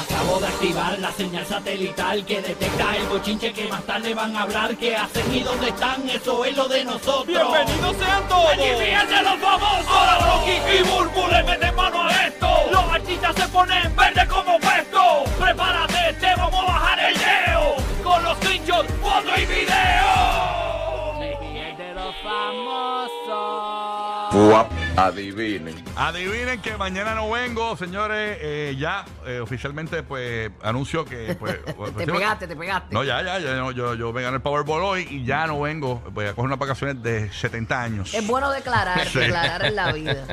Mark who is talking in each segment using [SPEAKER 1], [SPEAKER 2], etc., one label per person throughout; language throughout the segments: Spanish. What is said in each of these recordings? [SPEAKER 1] Acabo de activar la señal satelital que detecta el bochinche que más tarde van a hablar. ¿Qué hacen y dónde están? Eso es lo de nosotros.
[SPEAKER 2] ¡Bienvenidos sean todos!
[SPEAKER 1] ¡Aquí fíjense los famosos! Ahora Rocky y Burbu le meten mano a esto. Los artistas se ponen verde como puesto. Prepárate, te vamos a bajar el leo. Con los pinchos, foto y video. de los famosos.
[SPEAKER 3] Guap, adivinen.
[SPEAKER 2] Adivinen que mañana no vengo, señores. eh, ya eh, oficialmente pues anuncio que pues,
[SPEAKER 4] Te pegaste, te pegaste.
[SPEAKER 2] No, ya, ya, ya no, yo, yo me gané el Powerball hoy y ya no vengo. Voy a coger unas vacaciones de 70 años.
[SPEAKER 4] Es bueno declarar,
[SPEAKER 2] Sí.
[SPEAKER 4] declarar en la vida.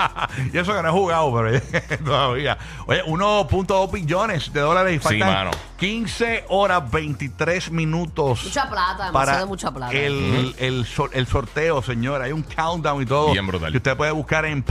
[SPEAKER 2] y eso que no he jugado, pero todavía. Oye, 1.2 billones de dólares y
[SPEAKER 3] Sí,
[SPEAKER 2] faltan
[SPEAKER 3] mano.
[SPEAKER 2] 15 horas 23 minutos.
[SPEAKER 4] Mucha plata,
[SPEAKER 2] para
[SPEAKER 4] demasiado mucha plata.
[SPEAKER 2] El, el, sor- el sorteo, señor. Hay un countdown y todo.
[SPEAKER 3] Bien brutal.
[SPEAKER 2] Que usted puede buscar en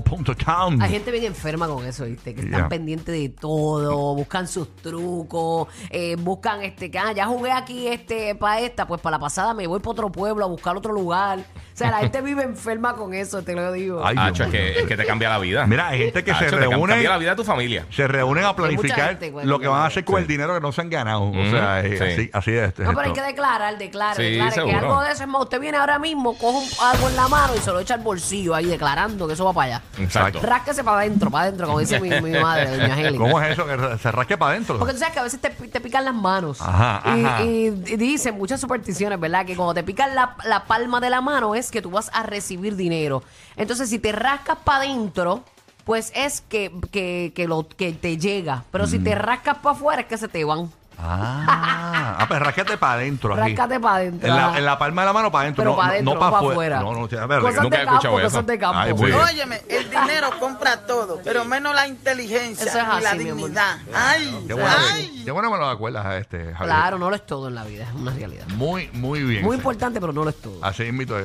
[SPEAKER 2] powerball.com.
[SPEAKER 4] Hay gente bien enferma con eso, ¿viste? Que están
[SPEAKER 2] Ya.
[SPEAKER 4] pendientes de todo, buscan sus trucos, eh, buscan este, que ah, ya jugué aquí este para esta, pues para la pasada me voy para otro pueblo a buscar otro lugar. O sea, la gente vive enferma con eso, te lo digo.
[SPEAKER 2] Ay, Dios
[SPEAKER 3] Hacho, es
[SPEAKER 2] mío.
[SPEAKER 3] que, es que te cambia la vida.
[SPEAKER 2] Mira, hay gente que
[SPEAKER 3] Hacho,
[SPEAKER 2] se
[SPEAKER 3] Ah, te cam-
[SPEAKER 2] reúne.
[SPEAKER 3] Cambia la vida de tu familia.
[SPEAKER 2] Se reúnen a
[SPEAKER 4] mucha
[SPEAKER 2] planificar
[SPEAKER 4] gente, güey,
[SPEAKER 2] lo que
[SPEAKER 4] yo
[SPEAKER 2] van a
[SPEAKER 4] creo.
[SPEAKER 2] hacer con el dinero que no se han ganado. O
[SPEAKER 3] Ujú,
[SPEAKER 2] sea, es
[SPEAKER 3] sí.
[SPEAKER 2] así, así es. este,
[SPEAKER 4] no, pero hay que declarar, declarar,
[SPEAKER 3] Sí,
[SPEAKER 4] declarar. Que
[SPEAKER 3] seguro.
[SPEAKER 4] algo de eso es más, usted viene ahora mismo, coge un- algo en la mano y se lo echa al bolsillo ahí declarando que eso va para allá.
[SPEAKER 3] Exacto.
[SPEAKER 4] Rásquese para adentro, para adentro, como dice mi, mi madre, doña Helen.
[SPEAKER 2] ¿Cómo es eso? Que se rasque para adentro.
[SPEAKER 4] Porque tú sabes que a veces te, te pican las manos.
[SPEAKER 2] Ajá,
[SPEAKER 4] y,
[SPEAKER 2] ajá.
[SPEAKER 4] y- y dicen muchas supersticiones, ¿verdad? Que cuando te pican la, la palma de la mano es que tú vas a recibir dinero. Entonces, si te rascas para adentro, pues es que, que, que lo, que te llega. Pero si te rascas para afuera es que se te van.
[SPEAKER 2] Ah, ah, pues rasquete para adentro. aquí.
[SPEAKER 4] Ráscate pa' adentro,
[SPEAKER 2] En la,
[SPEAKER 4] ajá.
[SPEAKER 2] en la palma de la mano para adentro.
[SPEAKER 4] Pero
[SPEAKER 2] no,
[SPEAKER 4] para
[SPEAKER 2] no-
[SPEAKER 4] adentro,
[SPEAKER 2] no
[SPEAKER 4] no para
[SPEAKER 2] pa'
[SPEAKER 4] afuera.
[SPEAKER 2] No, no, a ver,
[SPEAKER 4] cosas
[SPEAKER 3] nunca
[SPEAKER 4] de
[SPEAKER 3] he escuchado
[SPEAKER 4] campo,
[SPEAKER 3] eso.
[SPEAKER 4] cosas de campo.
[SPEAKER 2] Ay, muy bien.
[SPEAKER 5] Óyeme, el dinero compra todo, pero menos la inteligencia
[SPEAKER 4] Eso es
[SPEAKER 5] y la
[SPEAKER 4] así, mi amor.
[SPEAKER 5] dignidad. Ay,
[SPEAKER 2] Qué bueno,
[SPEAKER 5] ay.
[SPEAKER 2] qué bueno me lo acuerdas a este, Javier.
[SPEAKER 4] Claro, no lo es todo en la vida, es una realidad.
[SPEAKER 2] Muy, muy bien. Ah.
[SPEAKER 4] Muy
[SPEAKER 2] señor.
[SPEAKER 4] importante, pero no lo es todo.
[SPEAKER 2] Así invito.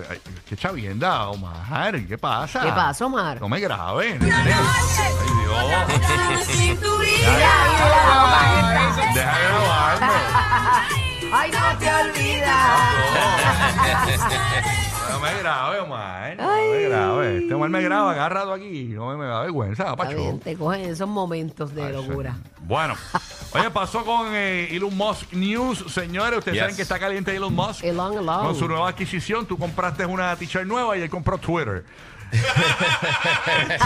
[SPEAKER 2] Qué chavienda, Omar. ¿Qué pasa?
[SPEAKER 4] ¿Qué pasa, Omar?
[SPEAKER 2] No me graben. Ay, Dios. Deja de grabarme.
[SPEAKER 4] ¡Ay, no te olvidas!
[SPEAKER 2] No me grabe, Omar. No me grabe. Este Omar me graba cada rato aquí. No me, me da vergüenza,
[SPEAKER 4] Está bien,
[SPEAKER 2] Pacho.
[SPEAKER 4] te cogen esos momentos de
[SPEAKER 2] Ay,
[SPEAKER 4] locura.
[SPEAKER 2] señor. Bueno. Oye, pasó con eh, Elon Musk News, señores. Ustedes
[SPEAKER 3] Yes.
[SPEAKER 2] saben que está caliente Elon Musk.
[SPEAKER 4] Elon, Elon.
[SPEAKER 2] Con su nueva adquisición, tú compraste una t-shirt nueva y él compró Twitter.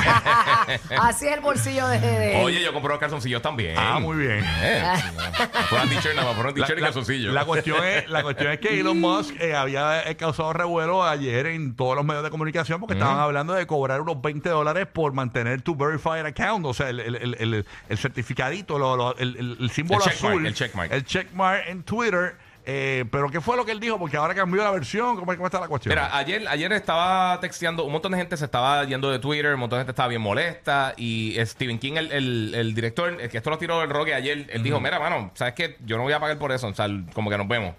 [SPEAKER 4] Así es el bolsillo de, de
[SPEAKER 3] Oye, yo compro los calzoncillos también.
[SPEAKER 2] Ah, muy bien.
[SPEAKER 3] Eh, Fueron t-shirt nada más, fueron t-shirt y calzoncillos.
[SPEAKER 2] la cuestión es, la cuestión es que Elon Musk eh, había eh, causado revuelo ayer en todos los medios de comunicación porque estaban hablando de cobrar unos 20 dólares por mantener tu verified account, o sea, el, el- el- el- el certificadito, lo- lo- el, el- el símbolo
[SPEAKER 3] El checkmark,
[SPEAKER 2] azul,
[SPEAKER 3] el checkmark.
[SPEAKER 2] el checkmark en Twitter. eh, pero ¿qué fue lo que él dijo? Porque ahora cambió la versión. ¿Cómo, cómo está la cuestión?
[SPEAKER 3] Mira, ayer, ayer estaba texteando, un montón de gente se estaba yendo de Twitter, un montón de gente estaba bien molesta y Stephen King, el, el- el director, el que esto lo tiró el Roque ayer, él dijo, mira, mano, ¿sabes qué? Yo no voy a pagar por eso, o sea, como que nos vemos.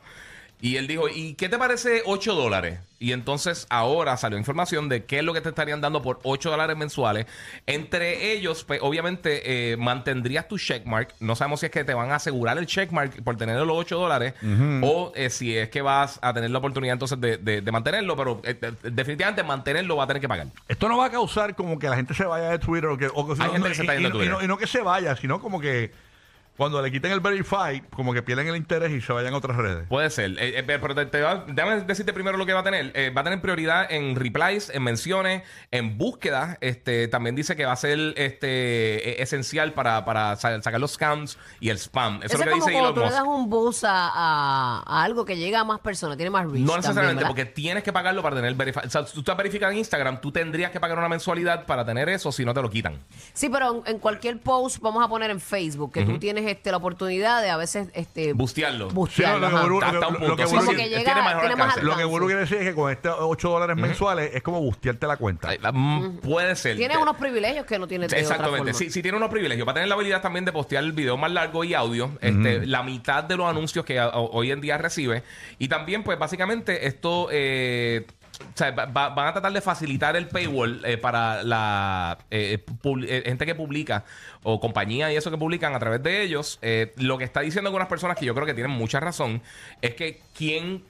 [SPEAKER 3] Y él dijo, ¿y qué te parece 8 dólares? Y entonces ahora salió información de qué es lo que te estarían dando por 8 dólares mensuales. Entre ellos, pues, obviamente, eh, mantendrías tu checkmark. No sabemos si es que te van a asegurar el checkmark por tener los 8 dólares o eh, si es que vas a tener la oportunidad entonces de, de- de mantenerlo, pero eh, de- definitivamente mantenerlo va a tener que pagar.
[SPEAKER 2] Esto no va a causar como que la gente se vaya de Twitter o que, o que-
[SPEAKER 3] Hay
[SPEAKER 2] no,
[SPEAKER 3] gente que
[SPEAKER 2] y-
[SPEAKER 3] se está
[SPEAKER 2] y,
[SPEAKER 3] yendo de
[SPEAKER 2] y no,
[SPEAKER 3] Twitter.
[SPEAKER 2] y no que se vaya, sino como que cuando le quiten el verify, como que pierden el interés y se vayan a otras redes.
[SPEAKER 3] Puede ser. Eh, eh, pero te- te va- déjame decirte primero lo que va a tener. Eh, va a tener prioridad en replies, en menciones, en búsquedas. Este, también dice que va a ser este, eh, esencial para, para sa- sacar los scams y el spam. Eso,
[SPEAKER 4] Eso
[SPEAKER 3] es lo que
[SPEAKER 4] es como
[SPEAKER 3] dice
[SPEAKER 4] cuando
[SPEAKER 3] Elon
[SPEAKER 4] tú le das
[SPEAKER 3] Musk.
[SPEAKER 4] un boost a, a- a algo que llega a más personas, tiene más reach.
[SPEAKER 3] No necesariamente,
[SPEAKER 4] también, ¿verdad?
[SPEAKER 3] porque tienes que pagarlo para tener verificado. O sea, si tú estás verificado en Instagram, tú tendrías que pagar una mensualidad para tener eso, si no te lo quitan.
[SPEAKER 4] Sí, pero en, en cualquier post, vamos a poner en Facebook, que tú tienes tienes este, la oportunidad de a veces este,
[SPEAKER 3] Bustearlo.
[SPEAKER 4] bustearlo,
[SPEAKER 2] Sí, lo que
[SPEAKER 4] ajá.
[SPEAKER 2] Buru-
[SPEAKER 3] Hasta un
[SPEAKER 2] lo
[SPEAKER 3] punto.
[SPEAKER 2] que
[SPEAKER 3] sí,
[SPEAKER 2] Buru-
[SPEAKER 3] sí,
[SPEAKER 2] Como que
[SPEAKER 3] tiene
[SPEAKER 4] llega-
[SPEAKER 3] mayor
[SPEAKER 4] tiene más
[SPEAKER 3] alcance.
[SPEAKER 2] Lo que Buru quiere decir es que con estos 8 dólares mensuales es como bustearte la cuenta.
[SPEAKER 3] Ay, la- mm, Puede ser.
[SPEAKER 4] Tienes
[SPEAKER 3] Te-
[SPEAKER 4] unos privilegios que no tienes de otra
[SPEAKER 3] Exactamente.
[SPEAKER 4] forma.
[SPEAKER 3] Sí, sí tiene unos privilegios. Va a tener la habilidad también de postear el video más largo y audio. Este, la mitad de los anuncios que a- o- hoy en día recibe. Y también, pues, básicamente, esto. eh, o sea, va- va- van a tratar de facilitar el paywall eh, para la eh, pub- eh, gente que publica o compañía y eso que publican a través de ellos. Eh, lo que está diciendo algunas personas que yo creo que tienen mucha razón es que quien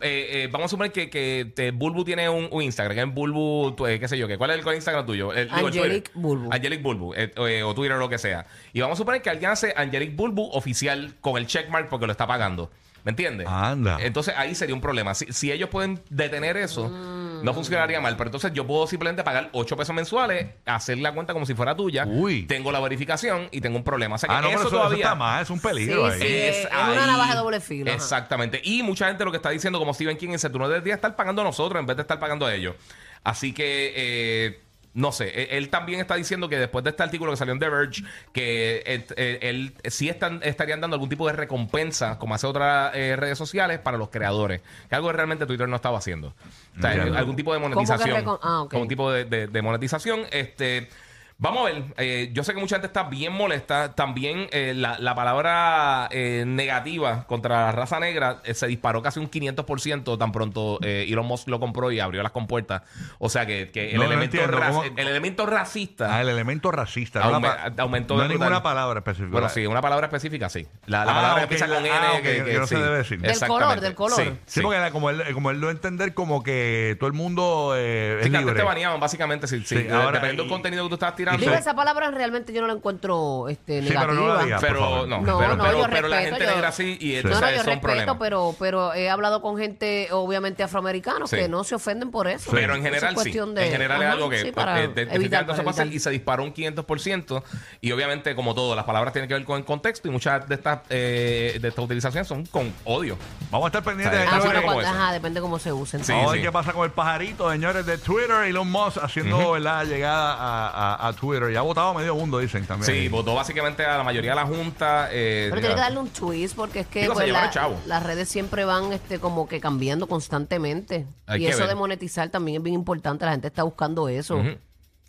[SPEAKER 3] eh, eh, vamos a suponer que, que te- Bulbu tiene un, un Instagram, que es Bulbu, tu- eh, qué sé yo, que, ¿cuál es el Instagram tuyo? El- Eh, digo, el Twitter.
[SPEAKER 4] Angelic Bulbu.
[SPEAKER 3] Angelic Bulbu, eh, o, eh, o Twitter o lo que sea. Y vamos a suponer que alguien hace Angelic Bulbu oficial con el checkmark porque lo está pagando. ¿Me entiendes?
[SPEAKER 2] Anda.
[SPEAKER 3] Entonces ahí sería un problema. Si, si ellos pueden detener eso, no funcionaría mal. Pero entonces yo puedo simplemente pagar 8 pesos mensuales, hacer la cuenta como si fuera tuya.
[SPEAKER 2] Uy.
[SPEAKER 3] Tengo la verificación y tengo un problema. O sea que
[SPEAKER 2] ah, no, pero
[SPEAKER 3] eso
[SPEAKER 2] eso, eso
[SPEAKER 3] todavía.
[SPEAKER 2] está mal, es un peligro
[SPEAKER 4] Sí,
[SPEAKER 2] ahí.
[SPEAKER 4] sí. es Eh, una navaja de doble filo, ajá.
[SPEAKER 3] Exactamente. Y mucha gente lo que está diciendo, como Steven King, dice, tú no deberías estar pagando a nosotros en vez de estar pagando a ellos. Así que, eh, no sé, E- él también está diciendo que después de este artículo que salió en The Verge, que él, él- él sí están, estarían dando algún tipo de recompensa, como hace otras eh, redes sociales, para los creadores. Que algo que realmente Twitter no estaba haciendo. O sea,
[SPEAKER 2] Entiendo.
[SPEAKER 3] algún tipo de
[SPEAKER 4] que
[SPEAKER 3] monetización.
[SPEAKER 4] recom- ah, ok.
[SPEAKER 3] Como un tipo de, de- de monetización. Este, vamos a ver. eh, yo sé que mucha gente está bien molesta. También eh, la, la palabra eh, negativa contra la raza negra eh, se disparó casi un 500% tan pronto eh, Elon Musk lo compró y abrió las compuertas. O sea que, que el,
[SPEAKER 2] No, no
[SPEAKER 3] elemento
[SPEAKER 2] entiendo,
[SPEAKER 3] ra-
[SPEAKER 2] ¿cómo?
[SPEAKER 3] el elemento racista.
[SPEAKER 2] Ah, el elemento racista.
[SPEAKER 3] Aume-
[SPEAKER 2] no la pa-
[SPEAKER 3] aumentó
[SPEAKER 2] No
[SPEAKER 3] de
[SPEAKER 2] hay
[SPEAKER 3] brutal.
[SPEAKER 2] ninguna palabra específica.
[SPEAKER 3] Bueno, sí, una palabra específica, sí. La, la
[SPEAKER 2] Ah,
[SPEAKER 3] palabra
[SPEAKER 2] ok,
[SPEAKER 3] que empieza con N.
[SPEAKER 2] la- ah, ok,
[SPEAKER 3] que,
[SPEAKER 2] que no se
[SPEAKER 3] sí.
[SPEAKER 2] debe decir. Del
[SPEAKER 4] color,
[SPEAKER 3] Exactamente.
[SPEAKER 4] del color.
[SPEAKER 3] Sí,
[SPEAKER 2] Sí,
[SPEAKER 3] sí.
[SPEAKER 2] porque era como él, como él lo entender como que todo el mundo eh, es
[SPEAKER 3] Sí, que antes
[SPEAKER 2] libre.
[SPEAKER 3] te baneaban, básicamente. Sí, sí.
[SPEAKER 2] Sí, ahora-
[SPEAKER 3] dependiendo del
[SPEAKER 2] y-
[SPEAKER 3] contenido que tú estabas tirando.
[SPEAKER 4] Digo, esa palabra realmente yo no la encuentro este,
[SPEAKER 2] Sí,
[SPEAKER 4] negativa.
[SPEAKER 2] pero no la digas. por
[SPEAKER 3] pero
[SPEAKER 2] favor.
[SPEAKER 3] no,
[SPEAKER 4] No,
[SPEAKER 3] pero,
[SPEAKER 4] no,
[SPEAKER 3] pero,
[SPEAKER 4] yo
[SPEAKER 3] pero la
[SPEAKER 4] respeto,
[SPEAKER 3] gente
[SPEAKER 4] yo-
[SPEAKER 3] negra sí y
[SPEAKER 4] No,
[SPEAKER 3] entonces
[SPEAKER 4] no, yo
[SPEAKER 3] son
[SPEAKER 4] respeto,
[SPEAKER 3] problemas. Pero,
[SPEAKER 4] pero, pero he hablado con gente, obviamente afroamericanos,
[SPEAKER 3] Sí.
[SPEAKER 4] que no se ofenden por eso.
[SPEAKER 3] en
[SPEAKER 4] Eso es
[SPEAKER 3] general sí.
[SPEAKER 4] cuestión de-
[SPEAKER 3] en general es
[SPEAKER 4] Ajá,
[SPEAKER 3] algo que
[SPEAKER 4] sí,
[SPEAKER 3] eh,
[SPEAKER 4] para
[SPEAKER 3] de- de-
[SPEAKER 4] evitar,
[SPEAKER 3] definitivamente eso
[SPEAKER 4] para
[SPEAKER 3] pasa
[SPEAKER 4] evitar.
[SPEAKER 3] y se disparó un 500% y obviamente como todo las palabras tienen que ver con el contexto y muchas de estas eh, de estas utilizaciones son con odio.
[SPEAKER 2] Vamos a estar pendientes
[SPEAKER 3] Sí.
[SPEAKER 2] de
[SPEAKER 4] Ah,
[SPEAKER 2] esto.
[SPEAKER 4] bueno,
[SPEAKER 3] como
[SPEAKER 4] cuando-
[SPEAKER 3] eso.
[SPEAKER 4] ajá, depende cómo se usen.
[SPEAKER 3] Sí.
[SPEAKER 2] Vamos a ver qué pasa con el pajarito, señores, de Twitter. Elon Musk haciendo la llegada a, a- a Twitter. Y ha votado medio mundo, dicen también.
[SPEAKER 3] Sí, votó básicamente a la mayoría de la junta. eh,
[SPEAKER 4] Pero tiene que darle un twist porque es que
[SPEAKER 3] Digo, se
[SPEAKER 4] pues,
[SPEAKER 3] llevaron
[SPEAKER 4] la-
[SPEAKER 3] chavo.
[SPEAKER 4] las redes siempre van este como que cambiando constantemente.
[SPEAKER 3] Hay
[SPEAKER 4] y
[SPEAKER 3] que
[SPEAKER 4] eso
[SPEAKER 3] ver.
[SPEAKER 4] de monetizar también es bien importante. La gente está buscando eso.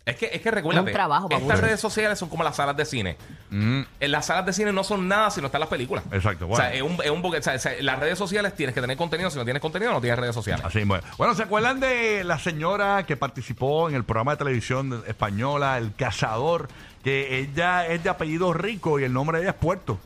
[SPEAKER 3] Es que, es que recuérdate,
[SPEAKER 4] Es un trabajo, babucho.
[SPEAKER 3] estas redes sociales son como las salas de cine. En las salas de cine no son nada si no están las películas.
[SPEAKER 2] Mm. Exacto,
[SPEAKER 3] O sea,
[SPEAKER 2] bueno.
[SPEAKER 3] es un, es un boque- o sea, se- las redes sociales tienes que tener contenido. Si no tienes contenido, no tienes redes sociales.
[SPEAKER 2] Así bueno. Bueno, ¿se acuerdan de la señora que participó en el programa de televisión española, El Cazador? Que ella es de apellido rico y el nombre de ella es Puerto.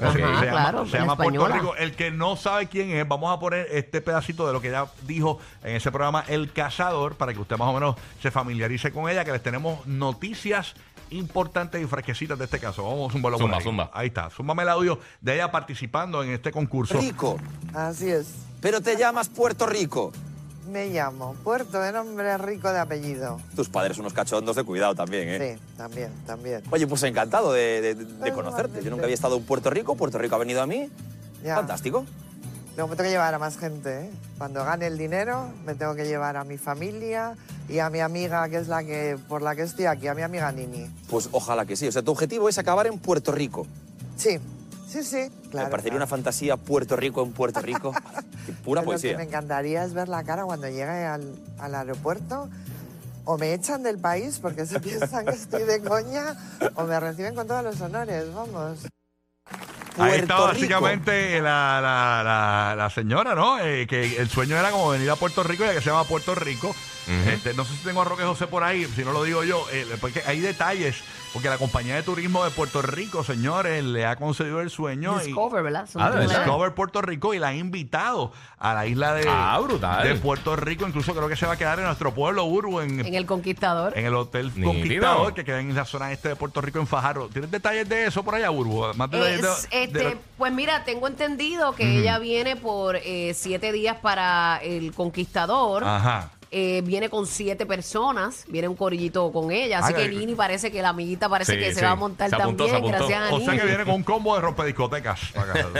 [SPEAKER 4] Ajá,
[SPEAKER 2] se llama-
[SPEAKER 4] claro,
[SPEAKER 2] se
[SPEAKER 4] la
[SPEAKER 2] llama Puerto
[SPEAKER 4] española.
[SPEAKER 2] Rico. El que no sabe quién es, vamos a poner este pedacito de lo que ella dijo en ese programa El Cazador para que usted más o menos se familiarice con ella, que les tenemos noticias importantes y fresquecitas de este caso. Vamos a zumbarlo por
[SPEAKER 3] Zumba,
[SPEAKER 2] ahí.
[SPEAKER 3] zumba.
[SPEAKER 2] Ahí está, súmame el audio de ella participando en este concurso.
[SPEAKER 6] Rico,
[SPEAKER 7] Así es.
[SPEAKER 6] pero te llamas Puerto Rico.
[SPEAKER 7] Me llamo Puerto, el hombre rico de apellido.
[SPEAKER 6] Tus padres unos cachondos de cuidado también, ¿eh?
[SPEAKER 7] Sí, también, también.
[SPEAKER 6] Oye, pues encantado de, de- de
[SPEAKER 7] Igualmente.
[SPEAKER 6] conocerte. Yo nunca había estado en Puerto Rico, Puerto Rico ha venido a mí.
[SPEAKER 7] Ya.
[SPEAKER 6] Fantástico.
[SPEAKER 7] Luego me tengo que llevar a más gente, ¿eh? Cuando gane el dinero, me tengo que llevar a mi familia y a mi amiga, que es la que por la que estoy aquí, a mi amiga Nini.
[SPEAKER 6] Pues ojalá que sí. O sea, tu objetivo es acabar en Puerto Rico.
[SPEAKER 7] Sí, sí, sí, claro.
[SPEAKER 6] me parecería
[SPEAKER 7] claro.
[SPEAKER 6] una fantasía Puerto Rico en Puerto Rico. Qué pura
[SPEAKER 7] Pero Lo que me
[SPEAKER 6] poesía.
[SPEAKER 7] encantaría es ver la cara cuando llegue al, al aeropuerto. O me echan del país porque se piensan que estoy de coña, o me reciben con todos los honores, vamos.
[SPEAKER 2] Ahí está
[SPEAKER 6] Puerto Rico.
[SPEAKER 2] básicamente la, la- la- la señora, ¿no? Eh, que el sueño era como venir a Puerto Rico, ya que se llama Puerto Rico. Este, no sé si tengo a Roque José por ahí, si no lo digo yo, eh, porque hay detalles, porque la compañía de turismo de Puerto Rico, señores, le ha concedido el sueño. y-
[SPEAKER 4] Discover, ¿verdad? Son
[SPEAKER 3] Ah,
[SPEAKER 4] como-
[SPEAKER 2] Discover Puerto Rico y la ha invitado a la isla de,
[SPEAKER 3] Ah, brutal.
[SPEAKER 2] de Puerto Rico. Incluso creo que se va a quedar en nuestro pueblo Urbo, en,
[SPEAKER 4] En el Conquistador.
[SPEAKER 2] en el Hotel
[SPEAKER 3] Nítido.
[SPEAKER 2] Conquistador, que queda en la zona este de Puerto Rico, en Fajardo. ¿Tienes detalles de eso por allá, Urbo? Más detalles de-
[SPEAKER 4] Es,
[SPEAKER 2] de-
[SPEAKER 4] este, pues mira, tengo entendido que ella viene por eh, siete días para el Conquistador.
[SPEAKER 3] Ah.
[SPEAKER 2] Ajá.
[SPEAKER 4] Eh, viene con siete personas, viene un corillito con ella. Así
[SPEAKER 2] Ah,
[SPEAKER 4] que
[SPEAKER 2] que-
[SPEAKER 4] Nini parece que la amiguita parece
[SPEAKER 3] Sí,
[SPEAKER 4] que se
[SPEAKER 3] sí.
[SPEAKER 4] va a montar
[SPEAKER 3] Se apuntó, se
[SPEAKER 4] también,
[SPEAKER 3] apuntó.
[SPEAKER 4] gracias a
[SPEAKER 2] O sea
[SPEAKER 4] Nini.
[SPEAKER 2] que viene con un combo de rompediscotecas.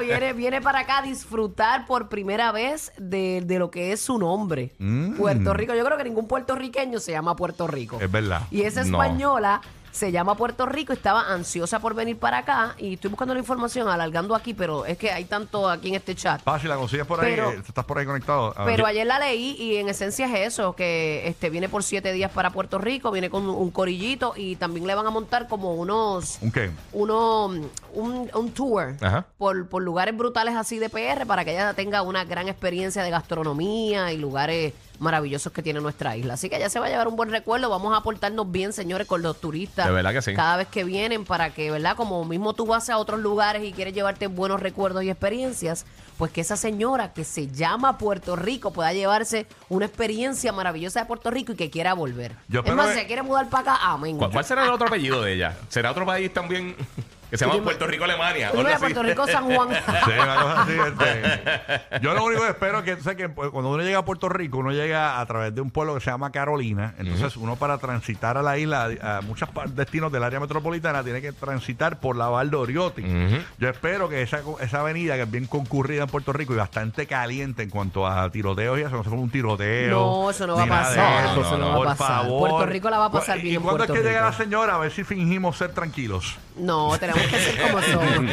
[SPEAKER 4] viene, viene para acá a disfrutar por primera vez de, de lo que es su nombre. Puerto Rico. Yo creo que ningún puertorriqueño se llama Puerto Rico.
[SPEAKER 2] Mm. es verdad.
[SPEAKER 4] Y esa
[SPEAKER 3] No.
[SPEAKER 4] española se llama Puerto Rico, estaba ansiosa por venir para acá y estoy buscando la información alargando aquí, pero es que hay tanto aquí en este chat.
[SPEAKER 2] Ah, si la consigues por ahí,
[SPEAKER 4] Pero-
[SPEAKER 2] eh, estás por ahí conectado. A ver.
[SPEAKER 4] Pero ayer la leí y en esencia es eso, que este viene por siete días para Puerto Rico, viene con un corillito y también le van a montar como unos,
[SPEAKER 2] ¿Un qué?
[SPEAKER 4] uno, un, un tour
[SPEAKER 3] Ajá.
[SPEAKER 4] por, por lugares brutales así de PR para que ella tenga una gran experiencia de gastronomía y lugares maravillosos que tiene nuestra isla. Así que ella se va a llevar un buen recuerdo, vamos a aportarnos bien, señores, con los turistas.
[SPEAKER 3] De verdad que sí.
[SPEAKER 4] Cada vez que vienen para que, ¿verdad? Como mismo tú vas a otros lugares y quieres llevarte buenos recuerdos y experiencias, pues que esa señora que se llama Puerto Rico pueda llevarse una experiencia maravillosa de Puerto Rico y que quiera volver.
[SPEAKER 2] Yo
[SPEAKER 4] es
[SPEAKER 2] espero
[SPEAKER 4] más,
[SPEAKER 2] que-
[SPEAKER 4] si se quiere mudar para acá, amén.
[SPEAKER 3] ¿Cuál, cuál será el otro apellido de ella? ¿Será otro país también que se llama Puerto Rico, Alemania? o
[SPEAKER 4] Primero
[SPEAKER 3] algo
[SPEAKER 4] de
[SPEAKER 3] así?
[SPEAKER 4] Puerto Rico, San Juan.
[SPEAKER 2] Sí, una cosa así, este. Yo lo único que espero es que, tú sabes que pues, cuando uno llega a Puerto Rico, uno llega a través de un pueblo que se llama Carolina. Entonces, uno para transitar a la isla, a muchos pa- destinos del área metropolitana, tiene que transitar por la Val de Oriotti. Yo espero que esa, esa avenida, que es bien concurrida en Puerto Rico y bastante caliente en cuanto a tiroteos y eso, no se fue un tiroteo.
[SPEAKER 4] No, eso no va
[SPEAKER 2] ni
[SPEAKER 4] a
[SPEAKER 2] nada de
[SPEAKER 4] pasar,
[SPEAKER 2] eso.
[SPEAKER 3] eso no
[SPEAKER 4] va a
[SPEAKER 2] Por
[SPEAKER 4] pasar.
[SPEAKER 2] favor. Pues,
[SPEAKER 4] Puerto Rico la va a pasar
[SPEAKER 2] ¿Y
[SPEAKER 4] bien en
[SPEAKER 2] cuándo es
[SPEAKER 4] Puerto
[SPEAKER 2] que llega la
[SPEAKER 4] Rico.
[SPEAKER 2] señora? A ver si fingimos ser tranquilos.
[SPEAKER 4] No, tenemos que ser como somos.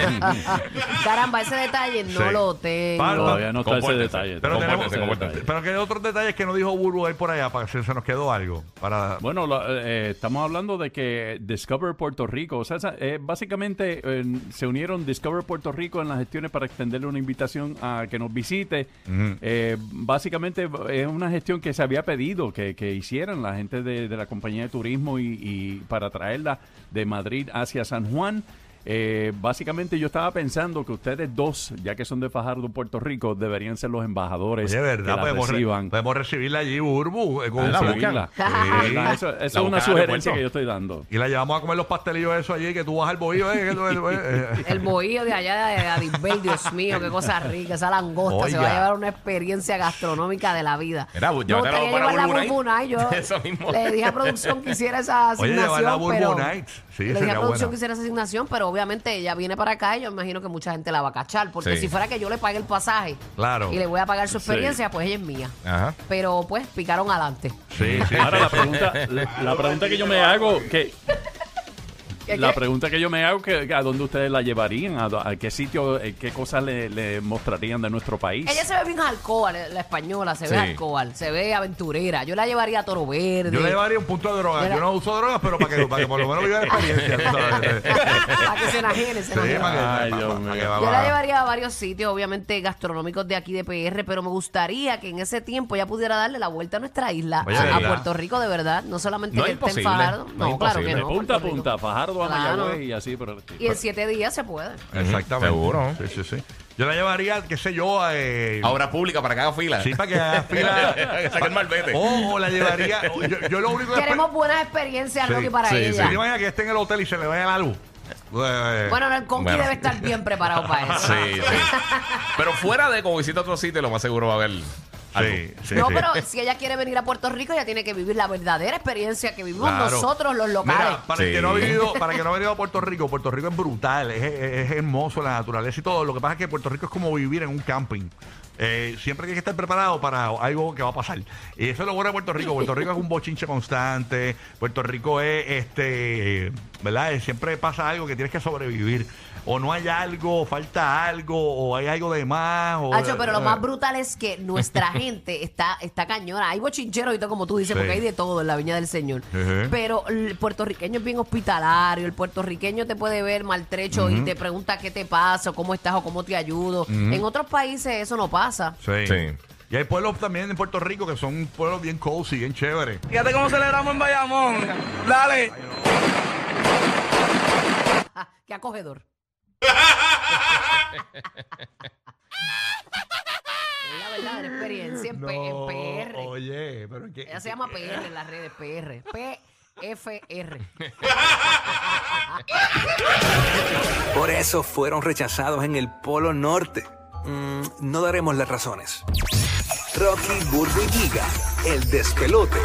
[SPEAKER 4] Caramba, ese detalle no
[SPEAKER 2] Sí.
[SPEAKER 4] lo tengo.
[SPEAKER 2] Parla.
[SPEAKER 8] Todavía no está ese
[SPEAKER 3] Compórtese.
[SPEAKER 8] detalle.
[SPEAKER 2] Pero,
[SPEAKER 8] todavía no
[SPEAKER 2] tenemos,
[SPEAKER 8] está ese
[SPEAKER 3] compórtense.
[SPEAKER 8] detalle.
[SPEAKER 2] pero que hay otros detalles que no dijo Burbu ahí por allá, para que se, se nos quedó algo. Para,
[SPEAKER 8] Bueno, la- eh, estamos hablando de que Discover Puerto Rico, o sea, esa- eh, básicamente eh, se unieron Discover Puerto Rico en las gestiones para extenderle una invitación a que nos visite. Eh, básicamente es una gestión que se había pedido que, que hicieran la gente de, de la compañía de turismo y, y para traerla de Madrid hacia San Juan. Eh, básicamente yo estaba pensando que ustedes dos, ya que son de Fajardo, Puerto Rico, deberían ser los embajadores
[SPEAKER 2] Oye,
[SPEAKER 8] que
[SPEAKER 2] ¿verdad? pues,
[SPEAKER 8] la
[SPEAKER 2] Podemos, re-
[SPEAKER 8] reciban.
[SPEAKER 2] podemos recibirla allí, Burbu. eh, con
[SPEAKER 8] Ah,
[SPEAKER 2] un
[SPEAKER 8] la
[SPEAKER 2] buque.
[SPEAKER 8] buscan.
[SPEAKER 2] Sí.
[SPEAKER 8] ¿Verdad? Eso, eso
[SPEAKER 3] La
[SPEAKER 8] es una
[SPEAKER 3] buscan en el
[SPEAKER 8] sugerencia
[SPEAKER 3] aeropuerto.
[SPEAKER 8] que yo estoy dando.
[SPEAKER 2] Y la llevamos a comer los pastelillos eso allí, que tú vas al bohío. eh, que tú- eh, eh.
[SPEAKER 4] El bohío de allá de Adisbel, Dios mío, qué cosa rica, esa langosta se va a
[SPEAKER 2] Oiga.
[SPEAKER 4] llevar una experiencia gastronómica de la vida.
[SPEAKER 3] Mira, bu- llévatela
[SPEAKER 4] gustaría
[SPEAKER 3] para
[SPEAKER 4] llevar la
[SPEAKER 3] Burbu Night.
[SPEAKER 4] Burbu Night, yo
[SPEAKER 3] Eso mismo.
[SPEAKER 4] le dije a producción que hiciera
[SPEAKER 2] Oye,
[SPEAKER 4] esa asignación,
[SPEAKER 2] llevar la Burbu
[SPEAKER 4] pero
[SPEAKER 2] Night. Sí,
[SPEAKER 4] le dije
[SPEAKER 2] sería
[SPEAKER 4] a producción
[SPEAKER 2] buena.
[SPEAKER 4] que hiciera esa asignación, pero obviamente ella viene para acá y yo imagino que mucha gente la va a cachar, porque
[SPEAKER 3] Sí.
[SPEAKER 4] si fuera que yo le pague el pasaje
[SPEAKER 2] Claro.
[SPEAKER 4] y le voy a pagar su
[SPEAKER 8] Sí.
[SPEAKER 4] experiencia, pues ella es mía.
[SPEAKER 3] Ajá.
[SPEAKER 4] Pero pues picaron adelante.
[SPEAKER 2] Sí, sí.
[SPEAKER 8] Ahora la pregunta, la, la pregunta que yo me hago, que
[SPEAKER 4] ¿Qué,
[SPEAKER 8] la
[SPEAKER 4] qué?
[SPEAKER 8] pregunta que yo me hago, que a dónde ustedes la llevarían, a, do- a qué sitio, eh, qué cosas le, le mostrarían de nuestro país.
[SPEAKER 4] Ella se ve bien alcohol, eh, la española, se ve
[SPEAKER 3] Sí.
[SPEAKER 4] alcohol, se ve aventurera. Yo la llevaría a Toro Verde.
[SPEAKER 2] Yo le llevaría un punto de droga.
[SPEAKER 4] Mira.
[SPEAKER 2] Yo no uso drogas, pero para que, para que por lo menos viva la experiencia. tú sabes.
[SPEAKER 4] para que se enajene, se
[SPEAKER 2] Sí, para que-
[SPEAKER 4] enajene.
[SPEAKER 8] Ay,
[SPEAKER 2] pa-
[SPEAKER 8] Dios
[SPEAKER 2] pa- pa-
[SPEAKER 8] mío.
[SPEAKER 2] que va-
[SPEAKER 4] Yo la
[SPEAKER 2] va-
[SPEAKER 4] llevaría a varios sitios, obviamente gastronómicos de aquí de PR, pero me gustaría que en ese tiempo ya pudiera darle la vuelta a nuestra isla,
[SPEAKER 2] Oye,
[SPEAKER 4] a- a,
[SPEAKER 2] ¿verdad?
[SPEAKER 4] Puerto Rico de verdad, no solamente
[SPEAKER 3] No
[SPEAKER 4] que
[SPEAKER 3] es
[SPEAKER 4] esté en
[SPEAKER 3] imposible,
[SPEAKER 4] Fajardo,
[SPEAKER 3] no
[SPEAKER 4] no,
[SPEAKER 3] es
[SPEAKER 4] claro que
[SPEAKER 3] imposible.
[SPEAKER 8] de
[SPEAKER 4] no.
[SPEAKER 8] punta a
[SPEAKER 4] Puerto Rico.
[SPEAKER 8] punta, Fajardo a
[SPEAKER 4] Claro.
[SPEAKER 8] Mayagüez y así. Pero,
[SPEAKER 4] Y en siete días se puede.
[SPEAKER 3] Eh,
[SPEAKER 2] Exactamente.
[SPEAKER 3] Seguro.
[SPEAKER 2] Sí, sí, sí. Yo la llevaría, qué sé yo, a. eh,
[SPEAKER 3] A obra pública para que haga fila.
[SPEAKER 2] Sí, para que haga fila. Oh.
[SPEAKER 3] Que saque el malvete.
[SPEAKER 2] O, o la llevaría. o- yo, yo lo único que.
[SPEAKER 4] Queremos buenas experiencias,
[SPEAKER 2] Sí,
[SPEAKER 4] Rocky, para
[SPEAKER 3] pues, sí,
[SPEAKER 4] ella.
[SPEAKER 2] ¿Se te imaginas que esté en el hotel y se le vaya la luz? Eh,
[SPEAKER 4] Bueno, no, el conqui
[SPEAKER 3] Bueno.
[SPEAKER 4] debe estar bien preparado para eso.
[SPEAKER 3] Sí, sí. Pero fuera de como visita otro sitio, lo más seguro va a haber. algo.
[SPEAKER 2] sí, sí,
[SPEAKER 4] No,
[SPEAKER 2] sí.
[SPEAKER 4] pero si ella quiere venir a Puerto Rico, ella tiene que vivir la verdadera experiencia que vivimos
[SPEAKER 2] Claro.
[SPEAKER 4] nosotros los locales.
[SPEAKER 2] Mira, para, el
[SPEAKER 3] Sí.
[SPEAKER 2] que no ha vivido, para el que no ha venido a Puerto Rico, Puerto Rico es brutal, es, es- es hermoso la naturaleza y todo. Lo que pasa es que Puerto Rico es como vivir en un camping. Eh, siempre tienes que estar preparado para algo que va a pasar. Y eso es lo bueno de Puerto Rico. Puerto Rico es un bochinche constante. Puerto Rico es, este, ¿verdad? Eh, Siempre pasa algo que tienes que sobrevivir. O no hay algo, o falta algo, o hay algo de más. O,
[SPEAKER 4] Hacho, pero lo
[SPEAKER 2] eh,
[SPEAKER 4] más brutal es que nuestra gente está, está cañona. Hay bochincheros y todo, como tú dices,
[SPEAKER 2] Sí.
[SPEAKER 4] porque hay de todo en la Viña del Señor.
[SPEAKER 2] Ujú.
[SPEAKER 4] Pero el puertorriqueño es bien hospitalario. El puertorriqueño te puede ver maltrecho y te pregunta qué te pasa, o cómo estás, o cómo te ayudo. En otros países eso no pasa.
[SPEAKER 2] Sí.
[SPEAKER 3] Sí.
[SPEAKER 2] Y hay pueblos también en Puerto Rico que son pueblos bien cozy, bien chéveres.
[SPEAKER 1] Fíjate cómo celebramos en Bayamón. Dale.
[SPEAKER 4] Ah, qué acogedor. es la verdadera experiencia en, P- en
[SPEAKER 2] No,
[SPEAKER 4] PR.
[SPEAKER 2] Oye, pero es que.
[SPEAKER 4] Ella se llama PR en las redes, PR. PFR.
[SPEAKER 9] Por eso fueron rechazados en el Polo Norte. Mm, no daremos las razones. Rocky, Burbu y Giga, el despelote.